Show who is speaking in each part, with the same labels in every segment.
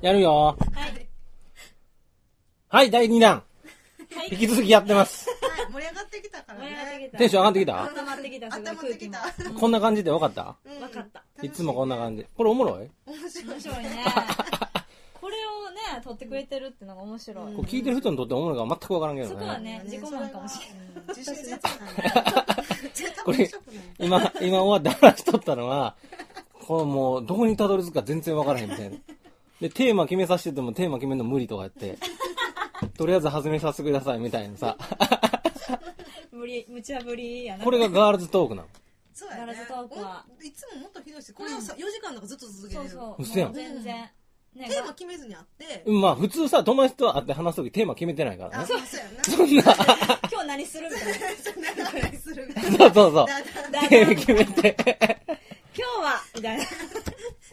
Speaker 1: やるよ。
Speaker 2: はい。
Speaker 1: はい、第2弾。
Speaker 2: はい
Speaker 1: 引き続きやってます。
Speaker 3: はい、盛り上がってきたから
Speaker 2: 盛り上がって
Speaker 3: ね。
Speaker 2: きた。
Speaker 1: テンション上がってき
Speaker 2: 上
Speaker 1: た
Speaker 2: がってきた。
Speaker 3: 温まってきた。
Speaker 1: こんな感じで分かった
Speaker 3: うん
Speaker 2: わかった。
Speaker 1: いつもこんな感じ。これおもろい
Speaker 3: 面白
Speaker 2: 面
Speaker 3: い。
Speaker 2: 白いね。これをね、撮ってくれてるってのが面白い。
Speaker 1: こう聞いてる人にとっておもろいから全く分からんけ
Speaker 2: そ
Speaker 1: ど
Speaker 2: こは
Speaker 1: ね。
Speaker 2: ね、自己満かもしれない。
Speaker 3: ない。自信絶対ない。絶対面白くない。
Speaker 1: 今、今終わって話しとったのは、このもう、どこにたどり着くか全然分からへんみたいな。で、テーマ決めさせててもテーマ決めるの無理とかやって、とりあえず始めさせてくださいみたいなさ、
Speaker 2: 無理、無茶ぶりやな。
Speaker 1: これがガールズトークなの。
Speaker 3: そうや
Speaker 2: ガ
Speaker 3: ね
Speaker 2: ラストークは
Speaker 3: おいつももっとひどいし、これをさ、4時間とかずっと続けて
Speaker 2: そう
Speaker 3: る。
Speaker 2: そう。もう
Speaker 1: 嘘やん
Speaker 2: 全然。ね
Speaker 3: テーマ決めずにあって、
Speaker 1: うんまあ普通さ、友達と会って話すときテーマ決めてないから
Speaker 3: あ、
Speaker 1: ね。
Speaker 3: そう そうやな。
Speaker 1: そんな、
Speaker 2: が今日何するみたいな。
Speaker 3: 何するみたい
Speaker 1: そうそうそう。
Speaker 3: な。だだだ
Speaker 1: テーマ決めて、
Speaker 2: 今日はみたいな。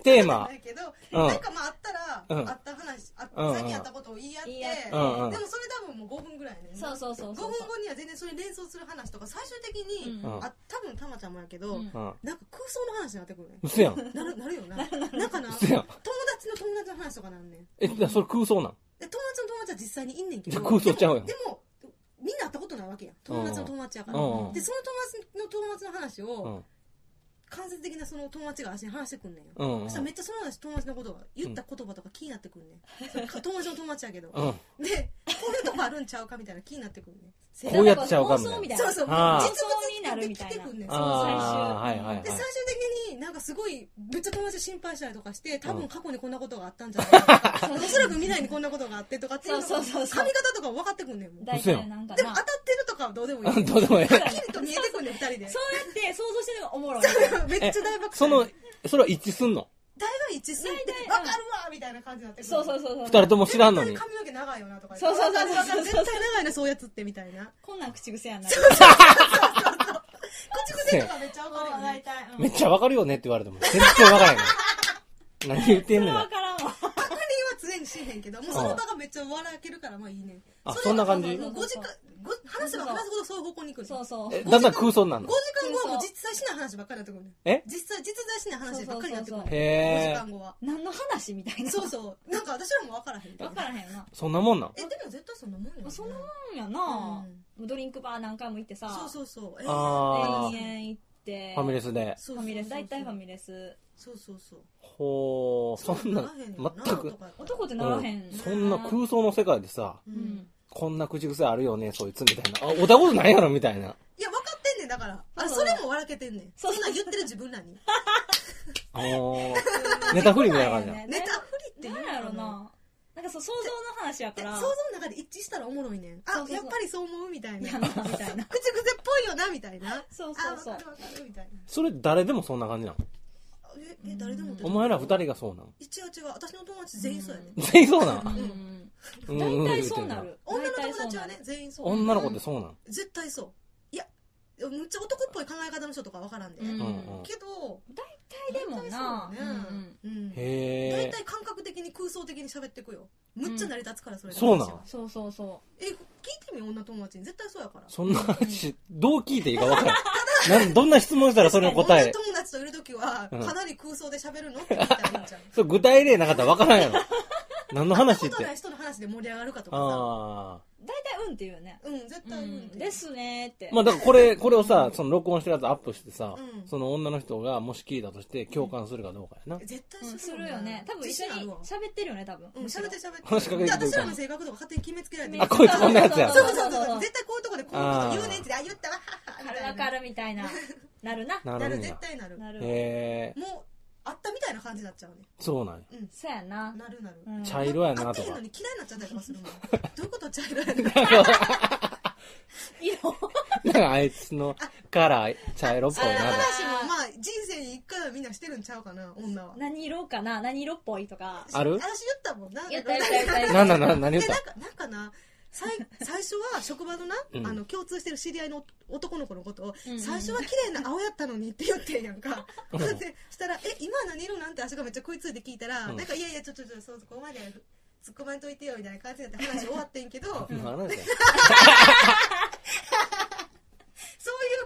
Speaker 1: テーマ
Speaker 3: だ。けど、
Speaker 1: うん
Speaker 3: なんかまああったら、
Speaker 1: うん
Speaker 3: あった話、あ
Speaker 1: うん
Speaker 3: 最近あったことを言い合って、
Speaker 2: 言い合って
Speaker 3: で
Speaker 1: う
Speaker 3: も
Speaker 1: んうん
Speaker 3: それ多分もう5分ぐらいやねんな。
Speaker 2: そうそうそう
Speaker 3: 5
Speaker 2: そう
Speaker 3: 分。後には全然それ連想する話とか、最終的に、
Speaker 2: うん
Speaker 3: あ、多分たまちゃんもやけど、
Speaker 2: うん
Speaker 1: うん。
Speaker 3: なんか空想の話になってくるね。
Speaker 1: 嘘やん。
Speaker 3: なるな るよな。なんかな、 友
Speaker 1: 嘘
Speaker 3: 達
Speaker 1: や
Speaker 3: の
Speaker 1: ん
Speaker 3: 友達の話とかなんねん。
Speaker 1: え、だからそれ空想なん
Speaker 3: で友達の友達は実際にいんねんけど
Speaker 1: 空想ちゃうやん
Speaker 3: でもでもみんな会ったことないわけやん友達の友達やから、
Speaker 1: うんうん
Speaker 3: でその友達の友達の話
Speaker 1: う
Speaker 3: を
Speaker 1: ん。
Speaker 3: 間接的なその友達が私に話してくんねんよ、
Speaker 1: うんうん。
Speaker 3: そしたらめっちゃその話友達のことが言った言葉とか気になってくんねん、それか友達の友達やけど、
Speaker 1: うん。
Speaker 3: でこういうとこあるんちゃうかみたいな気になってくんねん
Speaker 1: こうやっちゃうかみたいな
Speaker 2: 妄想みたいな。
Speaker 3: そうそう実
Speaker 1: あー
Speaker 3: 物
Speaker 2: 妄想になるみたいな
Speaker 3: できてくんねんその最初
Speaker 1: ああ、はいはいは
Speaker 3: で最終
Speaker 1: い。
Speaker 3: 的になんかすごいめっちゃ友達心配したりとかして多分過去にこんなことがあったんじゃないか とかおそらく未来にこんなことがあってとかっていうのが
Speaker 2: そう
Speaker 3: 髪
Speaker 2: そうそう
Speaker 3: 型
Speaker 2: そう
Speaker 3: とかも分かってくんねんもん
Speaker 2: 大体なんか
Speaker 3: でも
Speaker 2: な
Speaker 3: 当た。ってるとかはどうでもい
Speaker 1: う
Speaker 3: い。は
Speaker 1: ん どうでもええ。
Speaker 3: っきりと見えてくんね、二人で。
Speaker 2: そうやって想像してるのがおもろい。
Speaker 3: めっちゃ大爆笑。
Speaker 1: その
Speaker 3: 大、
Speaker 1: それは一致すんの
Speaker 3: 概一致すんで
Speaker 2: 大、体
Speaker 3: わかるわみたいな感じになってくる。
Speaker 2: そうそうそうそう。
Speaker 1: 二人とも知らんの
Speaker 3: 絶
Speaker 1: に。
Speaker 3: 対髪の毛長いよなとか。
Speaker 2: そうそうそうそう
Speaker 3: わかるわかる絶対長いな、そういうやつってみたいな。
Speaker 2: こんなん口癖やな。
Speaker 3: こっち癖とかめっちゃわかるよ
Speaker 2: 大
Speaker 3: ね。
Speaker 2: 体。
Speaker 1: めっちゃわかるよねって言われても、全然わからへんの。何言ってんねん
Speaker 2: わ
Speaker 1: な。
Speaker 2: からんわ。
Speaker 3: 確認は常にしへんけど、もうその場がめっちゃ笑けるから、まあいいね。
Speaker 1: あ
Speaker 3: れ
Speaker 1: そんな感じ
Speaker 3: もう五時間、ご話せば話すほどそういう方向に行く
Speaker 2: そうそう。
Speaker 1: えだんだん空想になる
Speaker 3: 5
Speaker 1: の
Speaker 3: 時間後はもう実際しない話ばっかりになってくるね。
Speaker 1: え
Speaker 3: 実際、実在しない話ばっかりになってくる
Speaker 2: そうそう
Speaker 3: ね。
Speaker 1: へえ。
Speaker 3: 5時間後は。
Speaker 2: 何の話みたいな。
Speaker 3: そうそう。なんか私らもわからへんみたい
Speaker 2: わ
Speaker 3: な。
Speaker 2: からへんな。
Speaker 1: そんなもんなん
Speaker 3: え、でも絶対そんなもんよね。
Speaker 2: そんなもんやな。ドリンクバー何回も行ってさ。
Speaker 3: そうそうそう。え
Speaker 1: あ
Speaker 2: 延々行って。
Speaker 1: ファミレ
Speaker 2: ス。
Speaker 1: スで。
Speaker 3: そう
Speaker 2: ファミレス。大体ファ
Speaker 3: ミ
Speaker 2: ミレス。
Speaker 3: そうそうそう。
Speaker 1: ほー、そんな、全く。
Speaker 2: 男ってならへん。
Speaker 1: そんな空想の世界でさ、
Speaker 3: う
Speaker 2: うんん。
Speaker 1: こんな口癖あるよね、そいつみたいな。あ、おたことないやろみたいな。
Speaker 3: いや、分かってんねん、だから。あ、
Speaker 2: そ
Speaker 3: そう
Speaker 2: そう
Speaker 3: れも笑けてんねん。そ
Speaker 2: そうん
Speaker 3: なん言ってる自分ら に。
Speaker 1: あー、ネタフリみたいな感じ だ。
Speaker 3: ネタフリって
Speaker 2: な
Speaker 3: 言うん
Speaker 2: やろな。なんかそう、想像の話やか
Speaker 3: で想
Speaker 2: ら。
Speaker 3: 像の中で一致したらおもろいねん。あ、
Speaker 2: そうそうそう
Speaker 3: やっぱりそう思うみたいな。
Speaker 2: や
Speaker 3: 口
Speaker 2: な、みたいな。
Speaker 3: 癖っぽいよな、みたいな。
Speaker 2: そうそうそう
Speaker 3: あ、わかるわかる、みたいな。
Speaker 1: それ誰でもそんな感じなの
Speaker 3: え、え、誰でもって
Speaker 1: お前ら二人がそうなの
Speaker 3: 一応違う。私の友達全員そうやね。
Speaker 1: 全員そうなの
Speaker 2: うん。
Speaker 1: うん
Speaker 2: 大
Speaker 1: 言
Speaker 2: 体
Speaker 1: うて
Speaker 2: そう
Speaker 1: る
Speaker 2: なる。
Speaker 3: 女の
Speaker 2: 大
Speaker 3: 友
Speaker 2: 体そう
Speaker 3: 達
Speaker 2: な
Speaker 3: は
Speaker 2: る
Speaker 3: ね、全員そう。
Speaker 1: 女の子ってそうなの
Speaker 3: 絶対そう。いや、むっちゃ男っぽい考え方の人とかわからんで。
Speaker 2: うん
Speaker 1: うんうん。
Speaker 3: けど、
Speaker 2: 大体でもな。
Speaker 3: 大体
Speaker 2: う
Speaker 3: そ
Speaker 2: ん
Speaker 3: う
Speaker 2: うん
Speaker 3: ねうん大
Speaker 1: へ
Speaker 3: 体感覚的に空想的に喋ってくよむっちゃ成り立つからそれ、
Speaker 1: そうなん
Speaker 2: そうそうそ
Speaker 3: え聞いてみよ女友達に絶対そうやから
Speaker 1: ー。そんな話、どう聞いていいか分からん。なんどんな質問したらそれの答
Speaker 3: 女
Speaker 1: え。
Speaker 3: 友達といる時は、
Speaker 1: うん
Speaker 3: かなり空想で喋るのって言ったらいいんじゃん
Speaker 1: それ具体例なかったら分からんやろ。何の 話
Speaker 3: こ
Speaker 1: っ
Speaker 3: と
Speaker 1: て
Speaker 3: ない。人の話で盛り上がるかとかさ
Speaker 1: あ
Speaker 2: う。大体うんって言うね。
Speaker 3: うん絶
Speaker 2: う
Speaker 3: 対うんっ
Speaker 2: ん。
Speaker 3: て
Speaker 2: ですねって
Speaker 1: ー。まあだからこれ、これをさ、その録音してるやつアップしてさ
Speaker 3: う、ん
Speaker 1: その女の人がもし聞いたとして共感するかどうかやな。
Speaker 3: 絶対
Speaker 2: うんす
Speaker 3: する
Speaker 2: るよね。多分
Speaker 3: 自
Speaker 2: 一緒
Speaker 3: 信あ
Speaker 2: に
Speaker 3: るわ
Speaker 2: 喋ってるよね、多分。
Speaker 3: うん、
Speaker 2: むしろ
Speaker 3: 喋って喋って
Speaker 1: 話しかけてく
Speaker 3: で
Speaker 1: る
Speaker 3: 私らの性格とか勝手に決めつけられて
Speaker 1: あこいつこんなやつや
Speaker 3: そうそうそうそう絶対こういうとこでこういうこと言うねんってあ言ったわはっはみた
Speaker 2: ある
Speaker 3: いな
Speaker 2: わかるみたいな。なるな。
Speaker 1: な
Speaker 3: な
Speaker 1: る
Speaker 3: る
Speaker 1: ん
Speaker 3: 絶
Speaker 1: や。
Speaker 3: 対なる
Speaker 2: なる。
Speaker 1: へえ、
Speaker 3: もうあったみたいな感じになっちゃうね
Speaker 1: そうなんや。
Speaker 3: うん
Speaker 2: そうやな。
Speaker 3: なるなる、
Speaker 2: うん
Speaker 1: 茶色やな
Speaker 3: 会
Speaker 1: と
Speaker 3: ってへ んの
Speaker 1: か。
Speaker 3: に嫌いになっちゃったりとかするもんどういうこと茶色やねん
Speaker 2: 色。
Speaker 1: なんかあいつのカラー茶色っぽい
Speaker 3: そ んな
Speaker 1: なとか。
Speaker 3: 話もまあ人生に一回はみんなしてるんちゃうかな女は
Speaker 2: 何色かな何色っぽいとか。
Speaker 1: ある
Speaker 3: 私言ったもんな
Speaker 2: 言った言った言った言った
Speaker 1: なんだなんだ何言っ
Speaker 3: で
Speaker 1: た
Speaker 3: なんかなんかな最 最初は職場のな、
Speaker 1: うん
Speaker 3: あの共通してる知り合いの男の子のことを、
Speaker 2: うんうん
Speaker 3: 最初は綺麗な青やったのにって言ってんやんか、
Speaker 1: うん
Speaker 3: でしたら「え今は何色なん?」て足がめっちゃ食いついて聞いたら、
Speaker 1: うん
Speaker 3: なんか「いやいやちょちょちょそうそこまで突っ込まんといてよ」みたいな感じになって話終わってんけど そういう
Speaker 1: 何だよ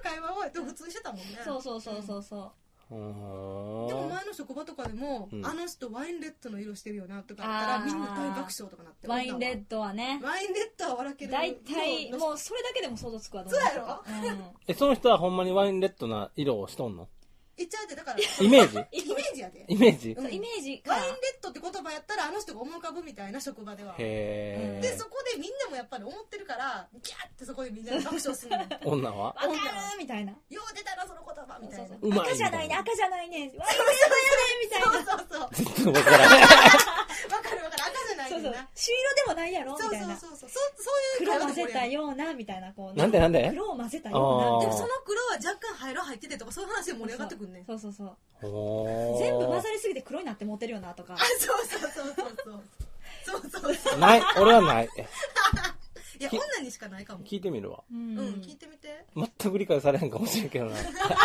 Speaker 3: 会話を普通にしてたもんね
Speaker 2: そうそうそうそうそう。
Speaker 1: う
Speaker 3: でも
Speaker 1: ーん
Speaker 3: 前の職場とかでも、
Speaker 1: うん
Speaker 3: あの人ワインレッドの色してるよなとか言ったら
Speaker 2: あー
Speaker 3: みんな大爆笑とかなって
Speaker 2: ワインレッドはね
Speaker 3: ドワインレッドは笑ける
Speaker 2: 大体
Speaker 3: もう
Speaker 2: もうそれだけでも想像つくわどな人かうん
Speaker 1: え、その人はほんまにワインレッドな色をしとんの
Speaker 3: 言っちゃうでだからイ
Speaker 1: イメージ
Speaker 3: メージやで
Speaker 1: イメージ
Speaker 3: うん
Speaker 2: イメージか
Speaker 3: ワインレッドって言葉やったらあの人が思い浮かぶみたいな職場では
Speaker 1: へ
Speaker 3: で
Speaker 1: え
Speaker 3: そ。こでみんなもやっぱり思ってるからギャーってそこでみんなで爆笑する のよ
Speaker 1: 女は
Speaker 2: わかるみたいな
Speaker 3: う出たなその言葉みたいな
Speaker 1: うまい
Speaker 2: 赤じゃないね赤じゃないねワインレッドやねみたいな
Speaker 3: そうそうそうわ
Speaker 1: 全然わからん。
Speaker 3: かるわかる赤じゃない
Speaker 2: そうそ
Speaker 3: よ
Speaker 2: う
Speaker 3: な
Speaker 2: 朱色でもないやろみ
Speaker 3: そう
Speaker 2: たい
Speaker 3: そう
Speaker 2: な
Speaker 3: そうそうそうそういう
Speaker 2: 黒
Speaker 3: 会
Speaker 2: を
Speaker 3: 話で
Speaker 2: 混ぜ
Speaker 3: も
Speaker 2: た
Speaker 3: やる
Speaker 2: ようなみたいなこう
Speaker 1: なんでなんで
Speaker 2: 黒を混ぜたよう
Speaker 3: で
Speaker 2: な
Speaker 3: もその黒は若干灰色入っててとかそういう話で盛り上がってくんね
Speaker 2: そうそうそう
Speaker 1: おー
Speaker 2: 全部混ざりすぎて黒になってモテるよなとか
Speaker 3: あそうそうそうそうそうそうそうそう
Speaker 1: ない。俺はない。
Speaker 3: いや女にしかないかも
Speaker 1: 聞いてみるわ。
Speaker 2: う
Speaker 3: うんん聞いてみて
Speaker 1: 全く理解されへんかもしれんけどな。
Speaker 3: 私らが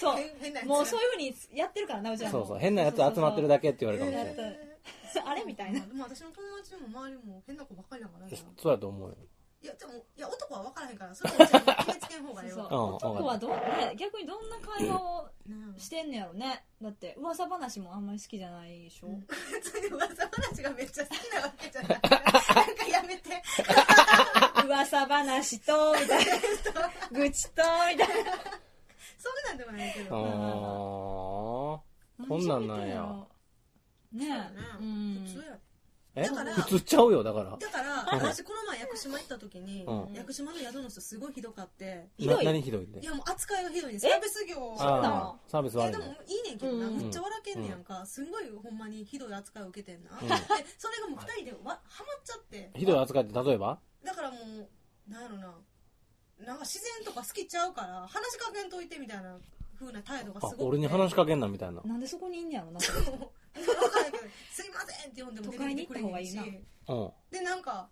Speaker 2: そう
Speaker 3: 変変なやつ
Speaker 2: もうそういうふうにやってるからなうちら
Speaker 1: そ
Speaker 2: も
Speaker 1: うそう。変なやつ集まってるだけって言われるかもしれん。
Speaker 3: え
Speaker 2: そうあれみたいな
Speaker 3: ーでも私の友達でも周りも変な子ばっかりだからな
Speaker 1: そうやと思うよ。
Speaker 3: いやでもいや男は分からへんからそれは決めつけん方がいい
Speaker 2: そう
Speaker 3: わ
Speaker 1: うん
Speaker 2: そう男はどうね逆にどんな会話を
Speaker 3: うん
Speaker 2: してんのやろねだって噂話もあんまり好きじゃないでしょ、
Speaker 3: 別に噂話がめっちゃ好きなわけじゃ ないからなんかやめて
Speaker 2: 噂話とみたいな愚痴とみたい
Speaker 3: そんなんでもないけ
Speaker 1: あ
Speaker 3: ど
Speaker 1: ー。
Speaker 2: な
Speaker 1: こんなんなんや
Speaker 2: ねえ、うん、
Speaker 3: 普通や
Speaker 1: え
Speaker 3: だから
Speaker 1: 普通ちゃうよ、だから。
Speaker 3: だから
Speaker 1: うん
Speaker 3: 私この前屋久島行った時に
Speaker 1: うん
Speaker 3: 屋久島の宿の人すごいひどかって
Speaker 2: ひどい
Speaker 1: な何ひどいって
Speaker 3: い。やもう扱いがひどいねサービス業
Speaker 2: そうなの
Speaker 1: あーサービス
Speaker 3: いや
Speaker 1: 悪い
Speaker 3: で
Speaker 1: ね
Speaker 3: もいいねんけどな、
Speaker 2: うん
Speaker 3: めっちゃ笑けんねやんか、すんごいほんまにひどい扱いを受けてんな、
Speaker 1: ん
Speaker 3: でそれがもう2人でわハマっちゃって
Speaker 1: ひどい扱いって例えば
Speaker 3: だからもうなんやろななんか自然とか好きちゃうから話しかけんといてみたいな風な態度が
Speaker 1: あ
Speaker 3: すごく、て
Speaker 1: 俺に 話しかけんな、みたいな。
Speaker 2: なんでそこにいんねやろな
Speaker 3: もう分からんけど「すいません」って呼んでも出てきてくれへんし
Speaker 2: 都会に行った方がいい
Speaker 1: うん。
Speaker 3: でなんか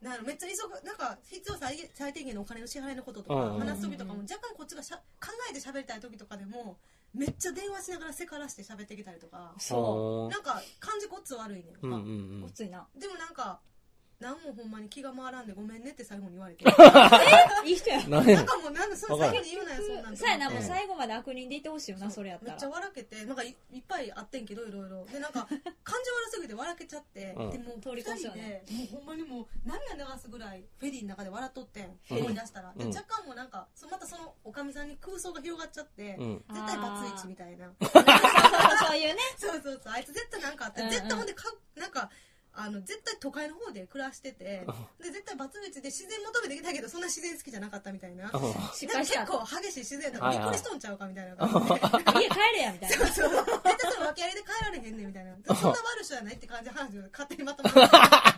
Speaker 3: なんやろめっちゃ急ぐなんか必要最低最低限のお金の支払いのこととか、
Speaker 1: うんうん
Speaker 3: 話す時とかも若干こっちがしゃ考えて喋りたい時とかでもめっちゃ電話しながらせからして喋ってきたりとか
Speaker 2: そ
Speaker 3: なんか感じこっつ悪いねんか、
Speaker 1: うんうんう
Speaker 2: うご
Speaker 1: ん
Speaker 2: っ。ついな
Speaker 3: でもなんか何もほんまに気が回らんでごめんねって最後に言われて
Speaker 2: いい人や
Speaker 1: 何や
Speaker 3: なんかもうなんでその
Speaker 1: わか
Speaker 3: 最
Speaker 1: る
Speaker 3: 後に言うなよそんなん
Speaker 2: そうやな
Speaker 1: うん
Speaker 2: もう最後まで悪人でいてほしいよなそれやった
Speaker 3: めっ
Speaker 2: ら
Speaker 3: ちゃ笑けてなんかいいっぱいあってんけどいろいろでなんか感情悪すぎて笑けちゃって、
Speaker 1: うん
Speaker 3: でもう
Speaker 2: 通
Speaker 3: 二
Speaker 2: り越し
Speaker 3: 人
Speaker 2: よ
Speaker 3: で
Speaker 2: ね
Speaker 3: もうほんまにもう涙流すぐらいフェリーの中で笑っとってん
Speaker 1: うん
Speaker 3: 思い出したら、で
Speaker 1: うん
Speaker 3: 若干もうなんかそまたそのおかみさんに空想が広がっちゃって、
Speaker 1: うん。
Speaker 3: 絶対バツイチみたいな
Speaker 2: そうそういうね
Speaker 3: そうそうそうあいつ絶対なんかあって、
Speaker 2: うんうん
Speaker 3: 絶対ほんでかなんかあの絶対都会の方で暮らしててで絶対バツイチで自然求めてきたけどそんな自然好きじゃなかったみたいな
Speaker 1: あ
Speaker 2: 失敗し
Speaker 3: な
Speaker 2: た
Speaker 3: んか結構激しい自然だか
Speaker 1: は
Speaker 3: ら
Speaker 1: い
Speaker 3: び
Speaker 1: は
Speaker 3: っ
Speaker 1: い
Speaker 3: くりしとんちゃうかみたいな感じで
Speaker 2: 家帰れやみたいな
Speaker 3: そうそう。大体その訳ありで帰られへんねんみたいな。そんな悪い人やないって感じで話を勝手にまとまって。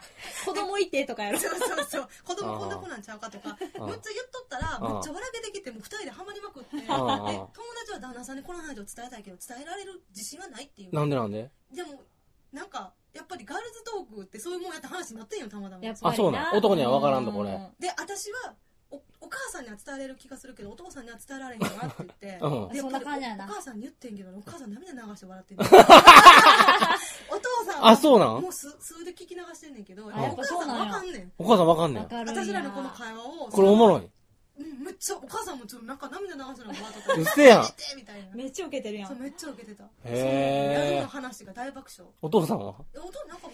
Speaker 2: 子供いてとかやろ
Speaker 3: そうそうそう。子供こんな子なんちゃうかとか、むっちゃ言っとったら、
Speaker 1: うん
Speaker 3: むっちゃ笑けてきて、もう二人でハマりまくって。で、
Speaker 1: うん
Speaker 3: 友達は旦那さんにこの話を伝えたいけど、伝えられる自信はないっていう。
Speaker 1: なんでなんで
Speaker 3: でも、なんか、やっぱりガールズトークってそういうもんやった話になってんよ、たまたま
Speaker 2: やっ。
Speaker 1: あ
Speaker 2: ぱり
Speaker 1: そうなん男には分からんと
Speaker 2: う
Speaker 1: これ
Speaker 3: で、私は、おお母さんには伝えれる気がするけどお父さんには伝えられへんかなって言って、
Speaker 1: うん
Speaker 3: で
Speaker 2: そんな感じやな
Speaker 3: お母さんに言ってんけどお母さん涙流して 笑ってんねんお父さんは
Speaker 1: あ、そうなん
Speaker 3: もう数数で聞き流してんねんけど、
Speaker 1: あや
Speaker 3: お
Speaker 1: っ
Speaker 2: ぱ
Speaker 3: 母
Speaker 2: そ
Speaker 3: さ
Speaker 2: うんなんや
Speaker 3: わかんねん。
Speaker 1: お母さんわかんね
Speaker 2: わ
Speaker 1: ん。
Speaker 2: かるんや
Speaker 3: 私らのこの会話を。
Speaker 1: これおもろい。
Speaker 3: うんめっちゃ、お母さんもちょっとなんか涙流すのも笑っとった。
Speaker 1: うっせえやん
Speaker 3: 見てみたいな。
Speaker 2: めっちゃウケてるや
Speaker 3: そう、
Speaker 2: ん
Speaker 3: めっちゃ受けてた。
Speaker 1: へー
Speaker 3: そう謎の話が大爆笑。
Speaker 1: お父さんは
Speaker 3: えお父なんか、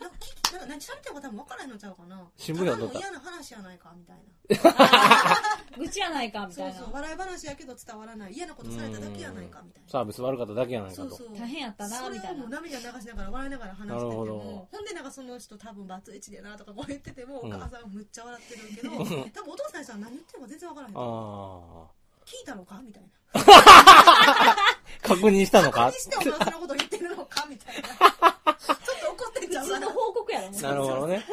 Speaker 3: なんか聞き、なんか何喋ってるか多分分からへんのちゃうかな。
Speaker 1: 新聞には載った
Speaker 3: ただの嫌な話やないか、みたいな。
Speaker 2: 愚痴やないかみ
Speaker 3: そ
Speaker 2: た
Speaker 3: う
Speaker 2: いな
Speaker 3: そう、笑い話やけど伝わらない。嫌なことされただけやないか、みたいな。
Speaker 1: サービス悪かっただけやないか
Speaker 3: そう
Speaker 1: と
Speaker 3: そ。う。
Speaker 2: 大変やったなみた
Speaker 3: それ
Speaker 2: い
Speaker 3: をもう
Speaker 2: な
Speaker 3: 涙流しながら笑いながら話してて
Speaker 1: なるほ
Speaker 3: も
Speaker 1: ど
Speaker 3: ほんでなんかその人多分バツイチでなとかこう言ってても、
Speaker 1: うん
Speaker 3: お母さんはむっちゃ笑って るけど多分お父さんにしたら何言ってるか全然わからへん聞
Speaker 1: あ
Speaker 3: いたのかみたいな
Speaker 1: あ。確認したのか
Speaker 3: 何してお前はそんなこと言ってるのか みたいなちょっと怒ってんちゃう
Speaker 2: う
Speaker 3: か
Speaker 2: ち
Speaker 3: な
Speaker 2: の報告やろもう
Speaker 1: なるほどね。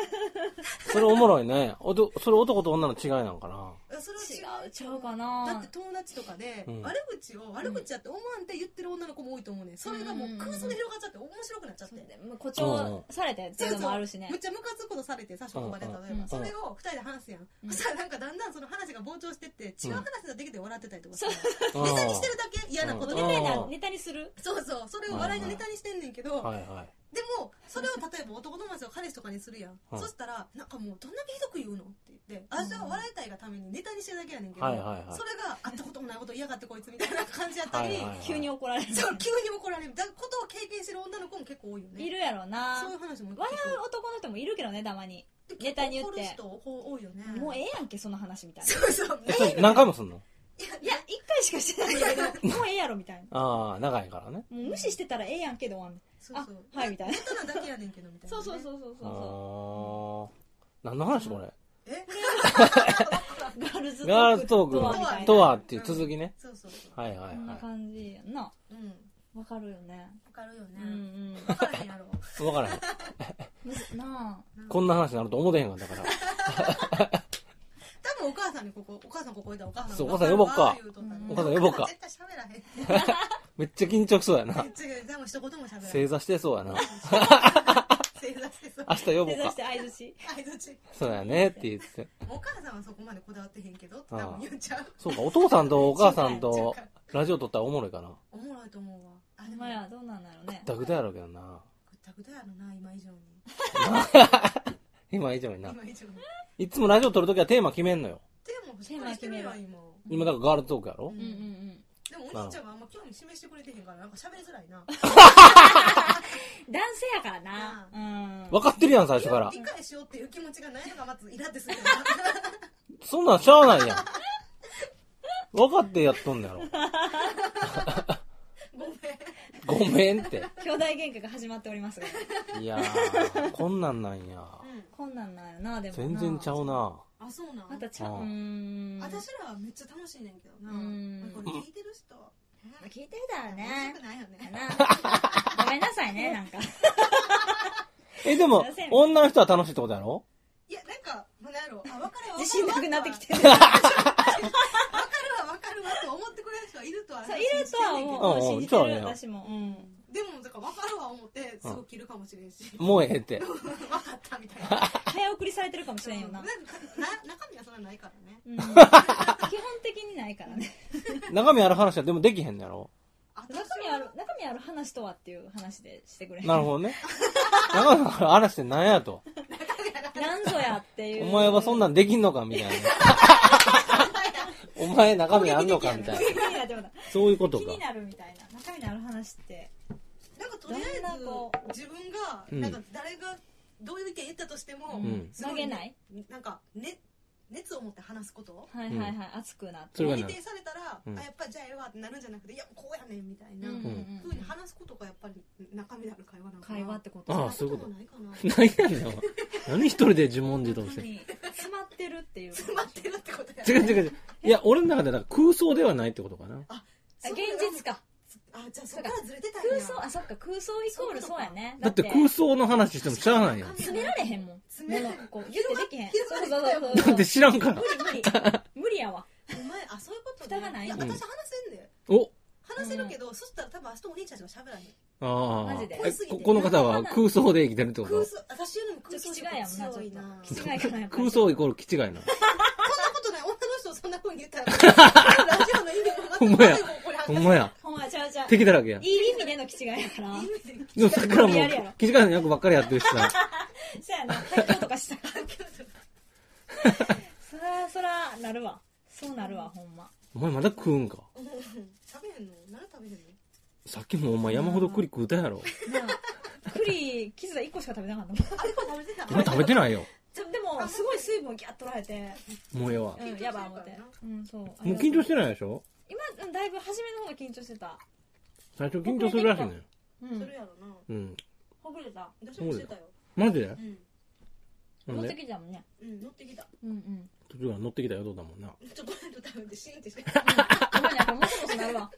Speaker 1: それおもろいね。おとそれ男と女の違いなんかな。
Speaker 3: そ
Speaker 2: 違
Speaker 3: れは違う
Speaker 2: うちゃうか
Speaker 3: だっ
Speaker 2: な
Speaker 3: て友達とかで
Speaker 1: うん
Speaker 3: 悪口を悪口やって思わんって言ってる女の子も多いと思うねんそれがもう空想で広がっちゃって面白くなっちゃって
Speaker 2: でもう誇張されてっていうのもあるしね
Speaker 3: むっちゃムカつくことされてさ職場で例え
Speaker 2: うんう
Speaker 3: ば
Speaker 2: ん
Speaker 3: それを二人で話すやん、
Speaker 2: うん
Speaker 3: そしたらなんかだんだんその話が膨張してって違う話ができて笑ってたりとかさ
Speaker 2: そう
Speaker 1: うん
Speaker 3: ネタにしてるだけ嫌なことで、
Speaker 1: うん
Speaker 2: ネタ
Speaker 1: う
Speaker 2: なんネタにする
Speaker 3: そうそうそれを笑いのネタにしてんねんけど、
Speaker 1: はいはい。
Speaker 3: でもそれを例えば男友達を彼氏とかにするやん、
Speaker 1: うん
Speaker 3: そしたらなんかもうどんだけひどく言うのってってあじゃあ笑いたいがためにネタにしてるだけやねんけど、
Speaker 1: はいはいはい
Speaker 3: それがあったこともないこと嫌がってこいつみたいな感じやったり、
Speaker 1: はいはい
Speaker 2: 急に怒られる
Speaker 3: そう急に怒られるだからことを経験してる女の子も結構多いよね
Speaker 2: いるやろな
Speaker 3: そういう話も
Speaker 2: 笑う男の人もいるけどねたまに
Speaker 3: 結構
Speaker 2: ネタに言っ
Speaker 3: 怒る
Speaker 2: て
Speaker 3: 人多いよね
Speaker 2: もうええやんけその話みたいな
Speaker 3: そうそう
Speaker 1: え、それ何回もすんの
Speaker 2: いや一回しかしてないんだけど もうええやろみたいな
Speaker 1: ああ、長いからね。
Speaker 2: もう無視してたらええやんけど終わんねん
Speaker 3: そうそう
Speaker 2: あはいみたいな
Speaker 3: ネタなだけやねんけどみたいな
Speaker 2: そ
Speaker 3: ね、
Speaker 2: うそうそうそう
Speaker 1: あ
Speaker 2: そ
Speaker 1: ー何の話これ
Speaker 3: え
Speaker 2: うガールズ
Speaker 1: ガールズトーク
Speaker 2: と
Speaker 1: の
Speaker 2: はみたいな
Speaker 1: とはっていう続きね。
Speaker 3: そうそうそ
Speaker 1: はいはい
Speaker 2: こんな
Speaker 1: は
Speaker 2: 感じやんな
Speaker 3: ううんわ
Speaker 2: わかるよね
Speaker 3: かるよね、
Speaker 2: うん
Speaker 3: わからへんやろ
Speaker 1: い。わからへん。
Speaker 2: うんむずなあ
Speaker 1: こんな話になると思ってへんかったから。
Speaker 3: 多分お母さんにここお母さんここいたらお母さん
Speaker 1: そうお母さん呼ぼっか
Speaker 3: 言うとったね
Speaker 2: うんお
Speaker 1: 母さん呼ぼっか
Speaker 3: お母さん絶対喋らへん
Speaker 1: めっちゃ緊張しそうやな。
Speaker 3: 違う、多分一言も喋らない。
Speaker 1: 正座してそうやな。
Speaker 3: 正座してそう。
Speaker 1: 明日呼ぼ
Speaker 2: 手
Speaker 1: う
Speaker 2: 出し
Speaker 1: か。
Speaker 2: て相槌
Speaker 3: 相槌
Speaker 1: そうやねって言って。
Speaker 3: お母さんはそこまでこだわってへんけどって多分言っちゃう。
Speaker 1: そうか、お父さんとお母さんとラジオ撮ったらおもろいかな。
Speaker 3: おもろいと思うわ。あ、
Speaker 2: ほ
Speaker 3: で
Speaker 2: ん
Speaker 3: も
Speaker 2: ま、やどうなんだろうね
Speaker 1: ダグだやろうけどな。
Speaker 3: ぐったぐたやろな、今以上に。
Speaker 1: 今以上にな。
Speaker 3: 今以上に。
Speaker 1: いつもラジオ撮るときはテーマ決めんのよ。
Speaker 3: でも、しっかりしてるやん、今。
Speaker 1: 今だからガールズトークやろ
Speaker 2: うんうんうん
Speaker 3: でも、お兄ちゃんはあんま興味示してくれてへんから、なんか喋りづらいな。
Speaker 2: 男性やからなうん
Speaker 1: 分かってるやん、最初から
Speaker 3: 理。解しようっていう気持ちがないのがまずイラってするよ
Speaker 1: そんなんしゃあないやん。分かってやっとんのやろ。
Speaker 3: な。ごめん。
Speaker 1: ごめんって。
Speaker 2: 兄弟喧嘩が始まっておりますが
Speaker 1: いやー、こんなんなんや。
Speaker 3: うん。
Speaker 2: こんなんなんやなでもな
Speaker 1: 全然ちゃうな。
Speaker 3: あ、そうなん。
Speaker 2: またちゃ
Speaker 1: あ
Speaker 2: ううーん
Speaker 3: 私らはめっちゃ楽しいねんけどな。
Speaker 2: うん
Speaker 3: まあこれ聞いてる人は。ね
Speaker 2: 聞いてたら
Speaker 3: 面
Speaker 2: ね
Speaker 3: 白くないよね。
Speaker 2: なごめんなさいねなんか
Speaker 1: え、でも
Speaker 2: すいません、
Speaker 1: 女の人は楽しいってことやろ
Speaker 3: いや、なんか、もうなんやろ、あ、わかるわ。
Speaker 2: 自信なくなってき
Speaker 3: て。
Speaker 2: てる
Speaker 3: わかるわ、わかるわと思ってくれる人はいるとは。
Speaker 2: そういるとは
Speaker 1: う
Speaker 2: 思う
Speaker 1: うん
Speaker 2: 信じて
Speaker 1: そう
Speaker 2: る
Speaker 1: やね
Speaker 2: 私もうん
Speaker 3: でも、だから、わかるわ思って、すぐ切るかもしれんし。
Speaker 1: もうええって。
Speaker 3: わかったみたいな。
Speaker 2: 早送りされてるかもしれんよ
Speaker 3: な
Speaker 2: なん
Speaker 3: か、な、中身はそんなないからね。
Speaker 2: うん 基本的にないからね
Speaker 1: 中身ある話はでもできへんのやろ
Speaker 3: あ、
Speaker 2: 中身ある中身ある話とはっていう話でしてくれ
Speaker 1: なるほどね。 中身ある話ってなんやと。
Speaker 2: なんぞやっていう
Speaker 1: お前はそんなんできんのか みたいな。お前中身あんのかみたいな。
Speaker 2: 気になってもだ
Speaker 1: そういうこと
Speaker 2: 気
Speaker 1: か
Speaker 2: に。なるみたいな中身のある話って
Speaker 3: なんか、とりあえ
Speaker 2: どんなこ
Speaker 3: ず、自分が、
Speaker 1: うん
Speaker 3: なんか、誰が、どういう意見言ったとしても
Speaker 1: ん、
Speaker 3: すご
Speaker 2: 曲げない。
Speaker 3: なんか、ね、熱を持って話すこと。
Speaker 2: はいはいはい熱くなって
Speaker 1: それが
Speaker 3: 否
Speaker 1: な
Speaker 3: 定されたら、
Speaker 1: うん
Speaker 3: あ、やっぱじゃあええわってなるんじゃなくて、いや、こうやねんみたいな。
Speaker 2: うんうん
Speaker 3: ふうに話すことがやっぱり中身のある会話なのかな
Speaker 2: 会話ってこと
Speaker 1: ああそういうこと
Speaker 3: そんなもないかな
Speaker 1: 何やねんお前。何一人で呪文自動して。
Speaker 2: に詰まってるっていう
Speaker 3: 詰まってるってこと や
Speaker 1: 違う違う違う。いや、俺の中でなんか空想ではないってことかな。
Speaker 2: あ現実か
Speaker 3: あじゃあそこからずれてたんや
Speaker 2: 空想あそっか空想イコールそうやね
Speaker 1: だって空想の話してもしゃあないやん。
Speaker 2: 詰められへんもん
Speaker 3: 詰められへん
Speaker 2: 物こうギュッてできへん
Speaker 3: 広が
Speaker 2: そう
Speaker 3: 広
Speaker 2: そう
Speaker 3: が
Speaker 2: そう
Speaker 1: だ
Speaker 2: そう
Speaker 1: って知らんから。
Speaker 2: 無理無理無理やわ
Speaker 3: お前あそういうことね
Speaker 2: 蓋がない
Speaker 3: いや
Speaker 2: うん
Speaker 3: 私話せんで、
Speaker 1: お
Speaker 3: 話せるけど、そしたら多分明日お兄ちゃんしか喋らへん
Speaker 1: ああ
Speaker 2: マジで。
Speaker 1: え、ここの方は空想で生きてるってこ
Speaker 3: 空
Speaker 1: と
Speaker 3: 想私よりも空想力
Speaker 2: ちょ
Speaker 3: 強
Speaker 2: っと気違
Speaker 3: い
Speaker 2: いや
Speaker 3: なん
Speaker 2: な
Speaker 3: そんな
Speaker 2: 違いかなやっぱり
Speaker 1: 空想イコール気違いな。
Speaker 3: ことない女の人をそんな風 に言ったらラジオの意味が
Speaker 1: ほんまや
Speaker 3: 全くないもこれ
Speaker 1: ほんまや。
Speaker 2: ほんまちゃうちゃうい
Speaker 1: 敵だらけや。
Speaker 2: い意味での気違いやから
Speaker 3: 意味で
Speaker 1: でもさっきからも
Speaker 2: 無理やりやろ
Speaker 1: う、気違いの役ばっかりやってるしさ。
Speaker 2: そうやな発狂とかしたからそらそらなるわそうなるわほんま
Speaker 1: お前まだ食うんか。
Speaker 3: うん喋へんの何食べへんの
Speaker 1: さっきもお前山ほど栗食うたやろ。
Speaker 2: なあ栗キズダ1個しか食べなかったもん
Speaker 3: あれこれ食べてた
Speaker 1: お前食べてないよ。
Speaker 2: ちょでもすごい水分ギャッとられて
Speaker 1: もうええわ。
Speaker 2: うんやばい思ってうんそう
Speaker 1: もう緊張しててないでしょ
Speaker 2: 今うんだいぶ初めの方が緊張してた
Speaker 1: 最初緊張するらしいのよ。
Speaker 2: う
Speaker 3: す
Speaker 2: ん
Speaker 3: るやろな
Speaker 1: うん。
Speaker 2: ほぐれた
Speaker 3: 私もしてたよ
Speaker 1: マジで
Speaker 3: うん
Speaker 1: なん
Speaker 2: 持って
Speaker 1: で
Speaker 2: きたもんね
Speaker 3: うん乗ってきた
Speaker 2: うんうん
Speaker 1: 途中から乗ってきたよ、どうだもんな。
Speaker 3: ちょっと待って食べてシーンってして
Speaker 2: ごめんなんかもしもしなるわ